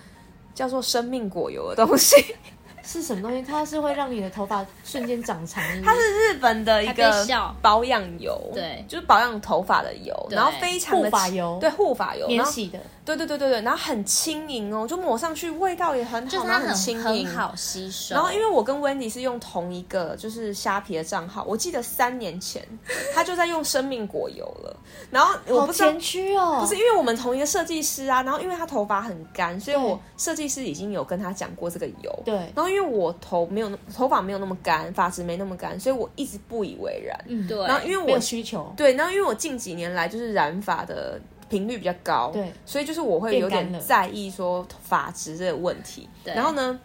A: 叫做生命果油的 东西，
C: 是什么东西？它是会让你的头发瞬间长长。
A: 它是日本的一
B: 还
A: 个
B: 被笑
A: 保养油，
B: 对
A: 就是保养头发的油，
B: 对
A: 然后非常的
C: 护发油
A: 对护发油，
C: 免
A: 然后
C: 洗的，
A: 对对对对对，然后很轻盈哦，就抹上去味道也哦很好，
B: 就是
A: 然
B: 它
A: 后
B: 很
A: 轻
B: 很
A: 盈，
B: 好吸收。
A: 然后因为我跟 Wendy 是用同一个就是虾皮的账号，我记得三年前他就在用生命果油了，然后我
C: 好
A: 不知道
C: 前。驱哦。
A: 不是因为我们同一个设计师啊，然后因为他头发很干，所以
C: 对
A: 我设计师已经有跟他讲过这个油。
C: 对，
A: 然后因为我头没有那头发没有那么干，发质没那么干，所以我一直不以为然。
C: 嗯，
B: 对，
A: 然后因为
C: 没
A: 我
C: 有需求。
A: 对，然后因为我近几年来就是染发的频率比较高，
C: 对，
A: 所以就是我会有
C: 变干
A: 点
C: 了
A: 在意说发质这个问题。
B: 对
A: 然后呢，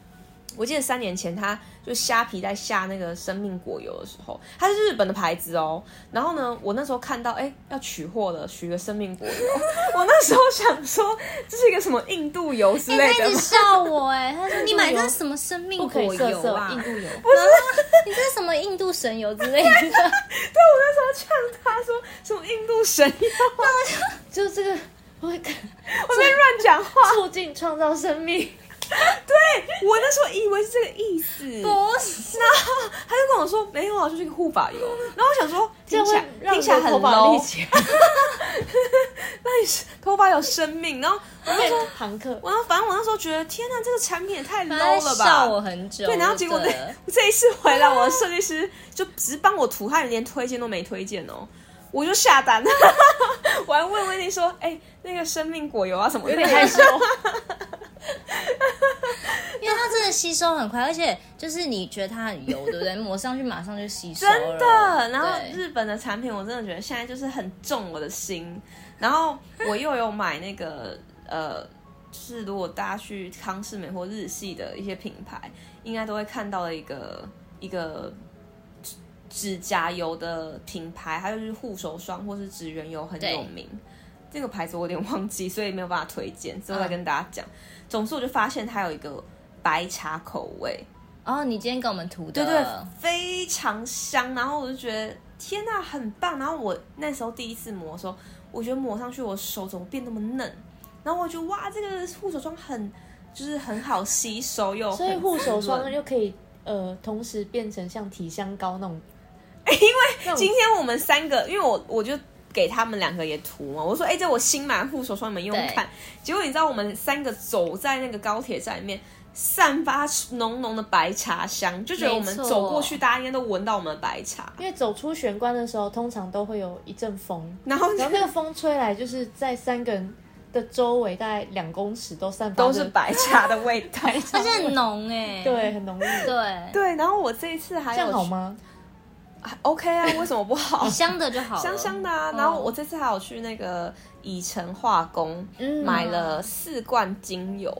A: 我记得三年前他就虾皮在下那个生命果油的时候，它是日本的牌子哦。然后呢，我那时候看到哎要取货了，取个生命果油， 我那时候想说这是一个什么印度油之
B: 哎
A: 类
B: 他
A: 的
B: 一直
A: 吗。
B: 笑我哎，他说 你买
C: 印度
B: 这
C: 油
B: 是什么生命
C: 不
B: 果
C: 可以色
B: 油啊
C: 色，印？度油，
B: 你这是什么印度神油之 类的？
A: 他说什么印度神油，
C: 就这个会
A: 我在乱讲话。
C: 促进创造生命。
A: 我那时候以为是这个意思，
B: 不是，
A: 他就跟我说没有啊，就是一个护 发油。然后我想说，
C: 这
A: 听起
C: 样会
A: 来
C: 让
A: 听
C: 你
A: 起来
C: 的
A: 很
C: 头发立
A: low，
C: 起来。
A: 头发有生命。然后我那时候，
C: 堂客，
A: 我那反正我那时候觉得，天哪，这个产品也太
B: 他
A: low 了
B: 笑我
C: 啊
A: 吧。
B: 很久。
A: 对，然后结果
B: 就
A: 那
B: 对了
A: 这一次回来，我的设计师就只帮我涂，他连推荐都没推荐哦，我就下单了。 我还问温妮说：“哎、那个生命果油啊什么的？”有点
C: 害羞。
B: 因为它真的吸收很快，而且就是你觉得它很油，对不对？抹上去马上就吸收了
A: 真的。然后
B: 对
A: 日本的产品，我真的觉得现在就是很重我的心。然后我又有买那个 呃，就是如果大家去康士美或日系的一些品牌，应该都会看到的一个一个指指甲油的品牌，还有就是护手霜或是指缘油很有名。这个牌子我有点忘记，所以没有办法推荐，之后
B: 嗯
A: 再跟大家讲。总之，我就发现它有一个白茶口味，
B: 哦，你今天给我们涂的，
A: 对对，非常香。然后我就觉得天呐、很棒。然后我那时候第一次抹的时候，我觉得抹上去我手怎么变那么嫩？然后我觉得哇，这个护手霜很就是很好吸收又
C: 所以
A: 很
C: 护手
A: 滋
C: 霜
A: 润
C: 又可以呃，同时变成像体香膏那种。因
A: 今天我们三个，因为我我就给他们两个也涂嘛，我说哎、这我新买的护手霜你们用用看。结果你知道我们三个走在那个高铁站里面。散发出浓浓的白茶香，就觉得我们
B: 没错
A: 走过去，大家应该都闻到我们的白茶。
C: 因为走出玄关的时候，通常都会有一阵风，
A: 然后
C: 然后那个风吹来，就是在三个人的周围大概两公尺都散发
A: 都
C: 着
A: 是白茶的味 道。
B: 而且很浓哎，
C: 对，很浓郁。这
B: 对，
A: 对，然后我这一次还有
C: 样好吗？
A: 啊？OK 啊，为什么不 好？
B: 香的就好了，
A: 香香的啊。
C: 哦
A: 然后我这次还有去那个以诚化工、
C: 嗯
A: 买了四罐精油，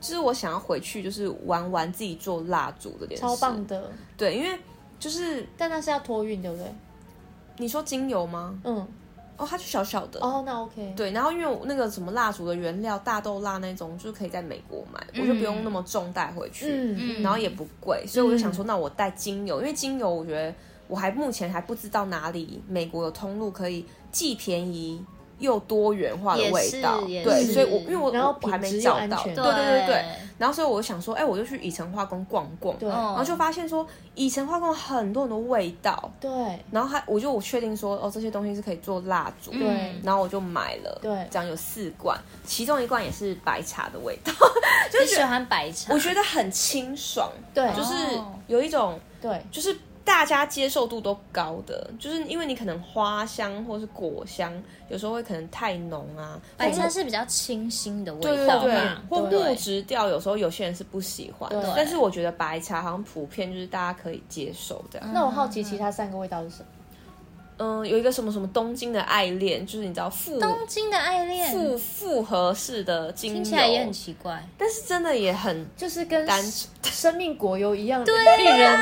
A: 就是我想要回去就是玩玩自己做蜡烛这件事。
C: 超棒！的，
A: 对，因为就是
C: 但那是要托运，对不对？
A: 你说精油吗？
C: 嗯，
A: 哦，它就小小的。
C: 哦，那 OK，
A: 对，然后因为我那个什么蜡烛的原料，大豆蜡那种，就是可以在美国买，我就不用那么重带回去，
C: 嗯
B: 嗯
A: 然后也不贵，所以我就想说，
C: 嗯
A: 那我带精油，因为精油我觉得我还目前还不知道哪里美国有通路可以既便宜又多元化的
B: 也
A: 味
B: 是
A: 道，
B: 也
A: 对，
C: 是
A: 所以我因为我
C: 然后
A: 我我还没
C: 品质又
A: 找
C: 安
A: 到，
C: 全
A: 对对对对，
B: 对
A: 然后所以我就想说，哎，我就去以诚化工逛逛，
C: 对
B: 嗯
A: 然后就发现说以诚化工有很多很多味道，
C: 对
A: 然后还我就我确定说，哦，这些东西是可以做蜡烛，
B: 嗯
C: 对
A: 然后我就买了，
C: 对
A: 这样有四罐，其中一罐也是白茶的味道，
B: 就喜欢白茶，
A: 我觉得很清爽，
C: 对
A: 就是
B: 哦
A: 有一种
C: 对
A: 就是大家接受度都高的，就是因为你可能花香或是果香有时候会可能太浓啊，
B: 白
A: 或
B: 茶
A: 木
B: 是比较清新的
A: 对
B: 味
A: 对
B: 道
A: 对
B: 嘛，，
A: 或
C: 对
A: 木质调有时候有些人是不喜欢的
C: 对，
A: 但是我觉得白茶好像普遍就是大家可以接受这样。
C: 那我好奇其他三个味道是什么？
A: 嗯，有一个什么什么东京的爱恋，就是你知道复
B: 东京的爱恋，
A: 复复合式的精油，
B: 听起来也很奇怪。
A: 但是真的也很
C: 就是跟
A: 单
C: 生命果油一样，令人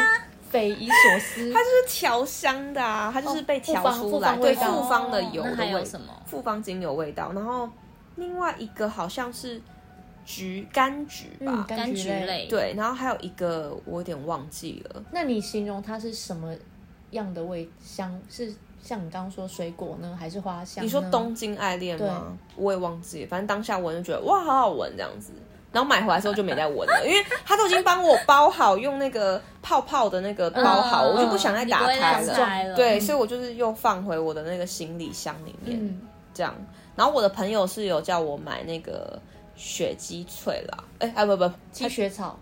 C: 匪夷所思。
A: 它就是调香的啊，它就是被调出来，
C: 哦复方复方
A: 对
C: 味道
A: 复方的油的
B: 那
A: 味，
B: 还有什么
A: 复方精油味道。然后另外一个好像是橘柑橘吧，
C: 柑
B: 嗯柑
C: 橘
B: 橘
C: 类
B: 类，
A: 对，然后还有一个我有点忘记了，
C: 那你形容它是什么样的味香？是像你刚刚说水果呢，还是花香呢？
A: 你
B: 嗯
A: 说东京爱恋吗？我也忘记了，反正当下闻就觉得哇，好好闻这样子。然后买回来之后就没再闻了，因为 它都已经帮我包好，用那个泡泡的那个包好，
B: 嗯
A: 我就不想再打开
B: 你不会再
A: 了。
B: 摘了
A: 对，
B: 嗯
A: 所以我就是又放回我的那个行李箱里面。
C: 嗯，
A: 这样。然后我的朋友是有叫我买那个雪肌萃啦，哎、啊不不，
C: 积雪草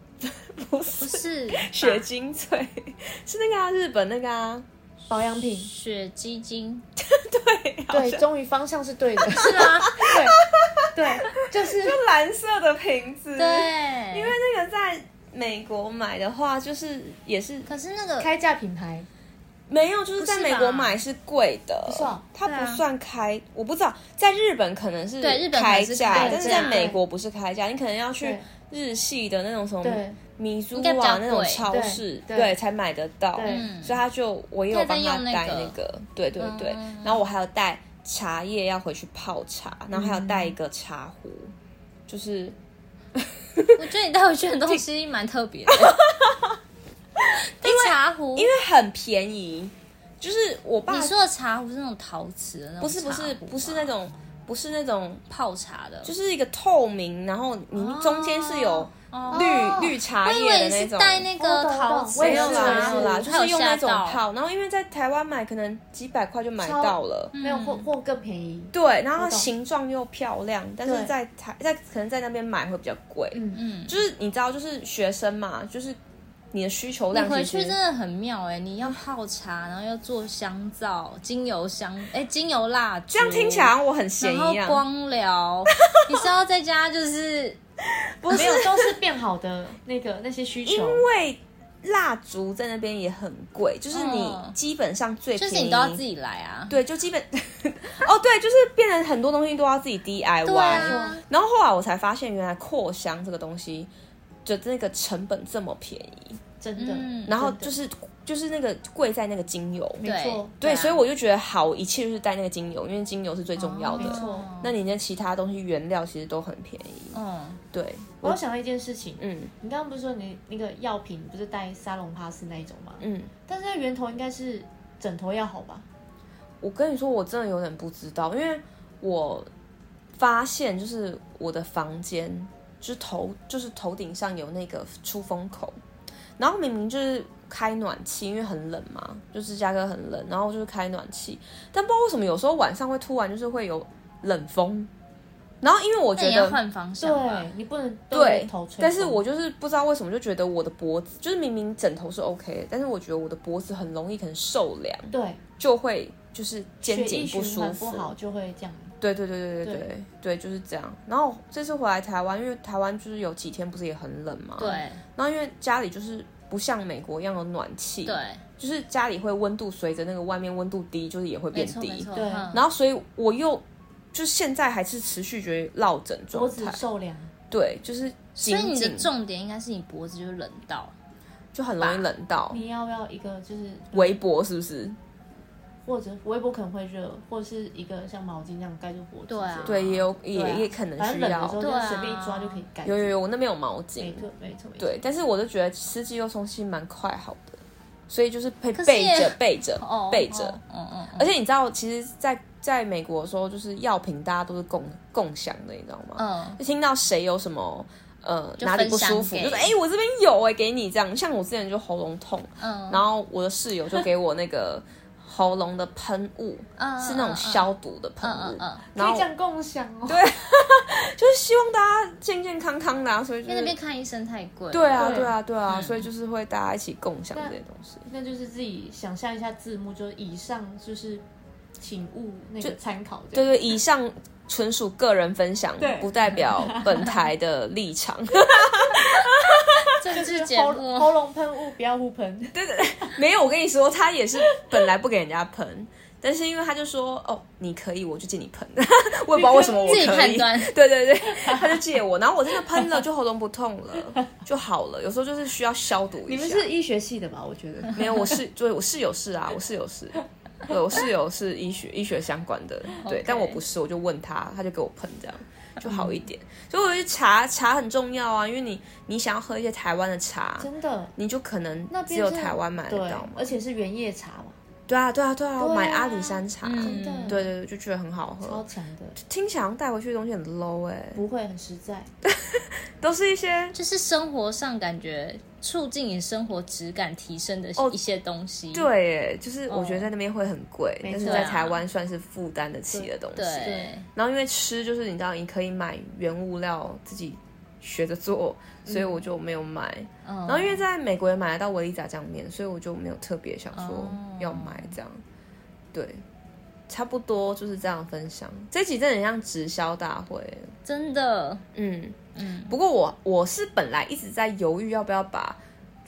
A: 不是
B: 不是
A: 雪精萃，是那个啊日本那个啊，
C: 保养 品，
B: 雪肌精，
C: 对，终于方向是 对的，
B: 是
A: 啊
B: 吗？
C: 对对，就是
A: 就蓝色的瓶子。
B: 对，因为
A: 那个在美国买的话，就是也是
B: 可是那个
C: 开价品牌，
A: 没有，就是在
B: 不是
A: 美
B: 吧
A: 国买是贵的，
C: 不是啊
A: 它
B: 对啊
A: 不算开，我不知道，在日本可能是
B: 对日本可
A: 开
B: 能是
A: 价，
B: 开
A: 但是
B: 价
A: 在美国不是开价，你可能要去
C: 对
A: 日系的那种什么
C: 对
A: 米苏
B: 应该比较
A: 啊那种
B: 贵
A: 超市，
C: 对对
A: 才买得到，
C: 对
B: 嗯
A: 所以他就我也有帮他
B: 他在用那
A: 带
B: 个
A: 那个，对对对，
B: 嗯
A: 然后我还有带茶叶要回去泡茶，然后还有带一个茶壶，就是
B: 我觉得你带回去的东西蛮特别的，因为茶壶，因
A: 因为很便宜，就是我爸
B: 你说的茶壶是那种陶瓷的那种，
A: 不是不是不是那种不是那种。
B: 泡茶的，
A: 就是是一个透明，然后你中间是有绿、
C: 哦
A: 绿茶
B: 我以为
A: 叶的
B: 你
A: 那
B: 是
A: 种。
B: 带那
C: 我
B: 个
C: 懂我懂
B: 陶瓷
C: 我
B: 的
A: 没
C: 也
A: 有
C: 是
A: 啦，没有啦，
C: 我
A: 就是用那种
B: 泡，
A: 泡，然后因为在台湾买可能几百块就买
C: 超
A: 到了，
C: 没有或
A: 嗯
C: 或更便宜，
A: 对，然后
C: 我
A: 它
C: 懂
A: 形状又漂亮，但是
C: 对
A: 在台在可能在那边买会比较贵，
C: 嗯
B: 嗯，
A: 就是你知道，就是学生嘛，就是你的需求
B: 你
A: 量
B: 回
A: 其
B: 去真
A: 实
B: 的很妙哎、你要泡茶，然后要做香皂、精油香，哎、精油蜡烛，
A: 这样听起来好像我很啊闲
B: 然
A: 一
B: 后
A: 样，
B: 光疗，你是要在家就是
C: 没有都是变好的那个那些需求
A: 因，为蜡烛在那边也很贵，就是你
B: 嗯
A: 基本上最
B: 就
A: 便宜，
B: 是你都要自己来啊，
A: 对，就基本哦，对，就是变成很多东西都要自己 DIY。
B: 对啊，
A: 然后后来我才发现，原来扩香这个东西的那个成本这么便宜，
C: 真的，
B: 嗯
A: 然后
C: 真的
A: 就是就是那个贵在那个精油，
C: 没错
A: 对，
B: 啊
A: 所以我就觉得好，一切就是带那个精油，因为精油是最重要
B: 哦
A: 的。
C: 没错
A: 那你那其他东西原料其实都很便宜，
B: 嗯，
A: 对，
C: 我又想到一件事情，
A: 嗯
C: 你刚刚不是说你那个药品不是带沙龙帕斯那一种吗？
A: 嗯，
C: 但是它源头应该是枕头要好吧？
A: 我跟你说，我真的有点不知道，因为我发现就是我的房间，就是头就是头顶上有那个出风口，然后明明就是开暖气，因为很冷嘛，就芝加哥很冷，然后就是开暖气，但不知道为什么有时候晚上会突然就是会有冷风，然后因为我
B: 那
A: 觉
B: 你要
A: 得
B: 换方向吧
C: 对，，你不能
A: 对
C: 对头吹风，
A: 但是我就是不知道为什么就觉得我的脖子，就是明明枕头是 OK 的，但是我觉得我的脖子很容易可能受凉，
C: 对
A: 就会就是肩
C: 血
A: 颈
C: 液
A: 不
C: 循
A: 舒
C: 环
A: 服。
C: 不好就会这样。
A: 对对对对对对
C: 对
A: 对，就是这样。然后这次回来台湾，因为台湾就是有几天不是也很冷嘛，。
B: 对
A: 然后因为家里就是不像美国一样有暖气，
B: 对，，
A: 就是家里会温度随着那个外面温度低，就是也会
B: 没
A: 变
B: 错没
A: 低。
B: 错，
C: 对
B: 嗯
A: 然后所以我又就是现在还是持续觉得落枕
C: 脖
A: 状
C: 子
A: 态，
C: 受凉，
A: 对，就是
B: 所以
A: 紧
B: 你的
A: 紧
B: 重点应该是你脖子就是冷到，
A: 就很容易冷到。
C: 你要不要一个就是
A: 围脖是不是？
C: 或者微波可能会热，或者是一个像毛巾这样盖住脖子之类的。
B: 对啊
A: 对，也有也
C: 对啊
A: 也可能
C: 反
A: 需
C: 正冷的时
A: 要
C: 候，就
B: 对啊
C: 随便一抓就可以盖住。
A: 有有有，我那边有毛
C: 没
A: 巾，
C: 错没错没错。
A: 对，但是我就觉得吃鸡肉松其实蛮快好的，所以就是会
B: 可是
A: 备
B: 也
A: 着备着
B: 哦，
A: 备着，
B: 哦，嗯嗯嗯
A: 而且你知道，其实在，在美国的时候，就是药品大家都是共共享的，你知道吗？
B: 嗯，
A: 就听到谁有什么呃
B: 就
A: 哪里不舒服，
B: 分享给
A: 就说哎、我这边有哎、给你这样。像我之前就喉咙痛，
B: 嗯
A: 然后我的室友就给我那个喉咙的喷雾，
B: 嗯
A: 是那种消毒的喷雾，
B: 嗯嗯嗯
A: 然
C: 可以
A: 后
C: 这样共享哦。
A: 对就是希望大家健健康康的、啊，所以
B: 因
A: 就
B: 为那边
A: 是。
B: 看医生太贵。
A: 对啊，
C: 对
A: 对啊，对啊，
B: 嗯
A: 所以就是会大家一起共享这些东西。
C: 那就是自己想象一下字幕，就是以上就是请勿那个参考这
A: 对
C: 样。
A: 对，以上纯属个人分享
C: 对，
A: 不代表本台的立 场。
B: 政治
C: 就是
B: 节
C: 喉
B: 目，
C: 喉咙喷雾不要互 喷，
A: 没有，我跟你说，他也是本来不给人家喷，但是因为他就说哦，你可以，我就借你喷。 我也不知道为什么我可
B: 自
A: 以。
B: 己判断
A: 对对对，他就借我，然后我真的喷了，就喉咙不痛了，就好了。有时候就是需要消毒一
C: 你
A: 下。
C: 们是医学系的吧？我觉得
A: 没有，我 是对我室友是啊，我室友是，对我室友是医学医学相关 的，对
B: OK
A: 但我不是，我就问他，他就给我喷这样。
C: 嗯
A: 就好一点，所以我就茶茶很重要啊，因为你你想要喝一些台湾的茶，
C: 真的，
A: 你就可能
C: 那
A: 只
C: 边
A: 有
C: 真的
A: 台湾买得
C: 对
A: 到嘛，。
C: 而且是原叶茶嘛，
A: 对啊，对啊，对啊，我
C: 对啊
A: 买阿里山茶，
B: 嗯
C: 真的，
A: 对，对对，就觉得很好
C: 超
A: 喝。
C: 强的，
A: 听起来好像带回去的东西很 low 哎、
C: 不会很实在。
A: 都是一些
B: 就是生活上感觉促进你生活质感提升的
A: 哦
B: 一些东西。
A: 对哎，就是我觉得在那边会很贵，
C: 嗯没
A: 但是
C: 错
A: 在
B: 啊
A: 台湾算是负担得起的东西。
B: 对
C: 对，
A: 然后因为吃就是你知道，你可以买原物料自己学着做，所以我就没有买。
B: 嗯
A: 然后因为在美国也买得到维力炸酱面，所以我就没有特别想说
B: 哦
A: 要买这样。对，差不多就是这样分享。这集真的很像直销大会，
B: 真的，
A: 嗯。
B: 嗯，
A: 不过我我是本来一直在犹豫要不要把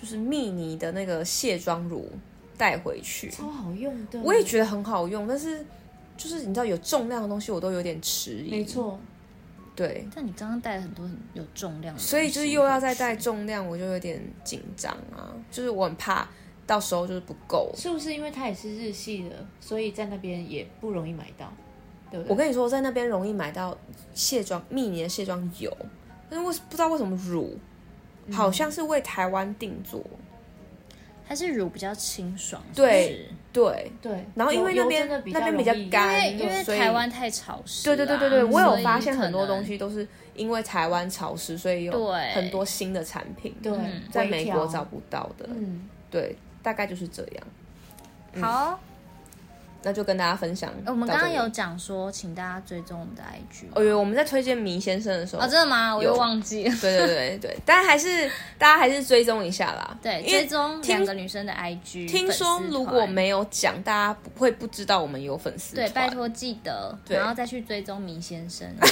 A: 就是蜜妮的那个卸妆乳带回去，
C: 超好用的。
A: 我也觉得很好用，但是就是你知道有重量的东西我都有点迟疑，
C: 没，错，
A: 对，
B: 但你刚刚带了很多很有重量的东西，
A: 所以就是又要再带重量，我就有点紧张啊，就是我很怕到时候就是不够。
C: 是不是因为它也是日系的，所以在那边也不容易买到，对不对？
A: 我跟你说，在那边容易买到卸妆蜜妮的卸妆油，但是为不知道为什么乳
B: 嗯
A: 好像是为台湾定做，
B: 还是乳比较清爽，
A: 对
B: 是
A: 对。
C: 对，
A: 然后因为那
C: 油
A: 边
C: 油真的
A: 那边比较
C: 容易
B: 不
A: 干
B: 是，因为因为
A: 嗯所以
B: 台湾太潮湿啦，
A: 对对对对对，我有
B: 所以
A: 发现很多
B: 可能
A: 东西都是因为台湾潮湿，所以有
B: 对
A: 很多新的产品，
C: 对
B: 嗯，
A: 在美国
C: 微调
A: 找不到的。
C: 嗯，
A: 对，大概就是这样。
B: 好。
A: 那就跟大家分享到这里。
B: 哦我们刚刚有讲说，请大家追踪我们的 IG
A: 哦，有我们在推荐迷先生的时候，
B: 哦，真的吗？我又
A: 有
B: 忘记了。
A: 对对对对，但还是大家还是追踪一下啦。
B: 对，
A: 因为
B: 追踪
A: 听
B: 两个女生的 IG
A: 听说
B: 粉丝团
A: 如果没有讲，大家不会不知道我们有粉丝
B: 对，
A: 团
B: 拜托记得，
A: 对
B: 然后再去追踪明先生。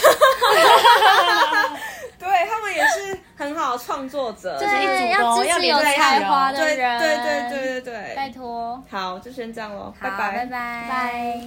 A: 对他们也是很好的创作 者，
C: 是一
B: 对，
C: 组的哦
B: 支
C: 要
B: 持
C: 连
B: 有
C: 在一起
B: 才
C: 哦
B: 华
A: 对
B: 的人。
A: 对对对对对，
B: 拜托。
A: 好，就先这样喽，
B: 好，拜拜
C: 拜
B: 拜。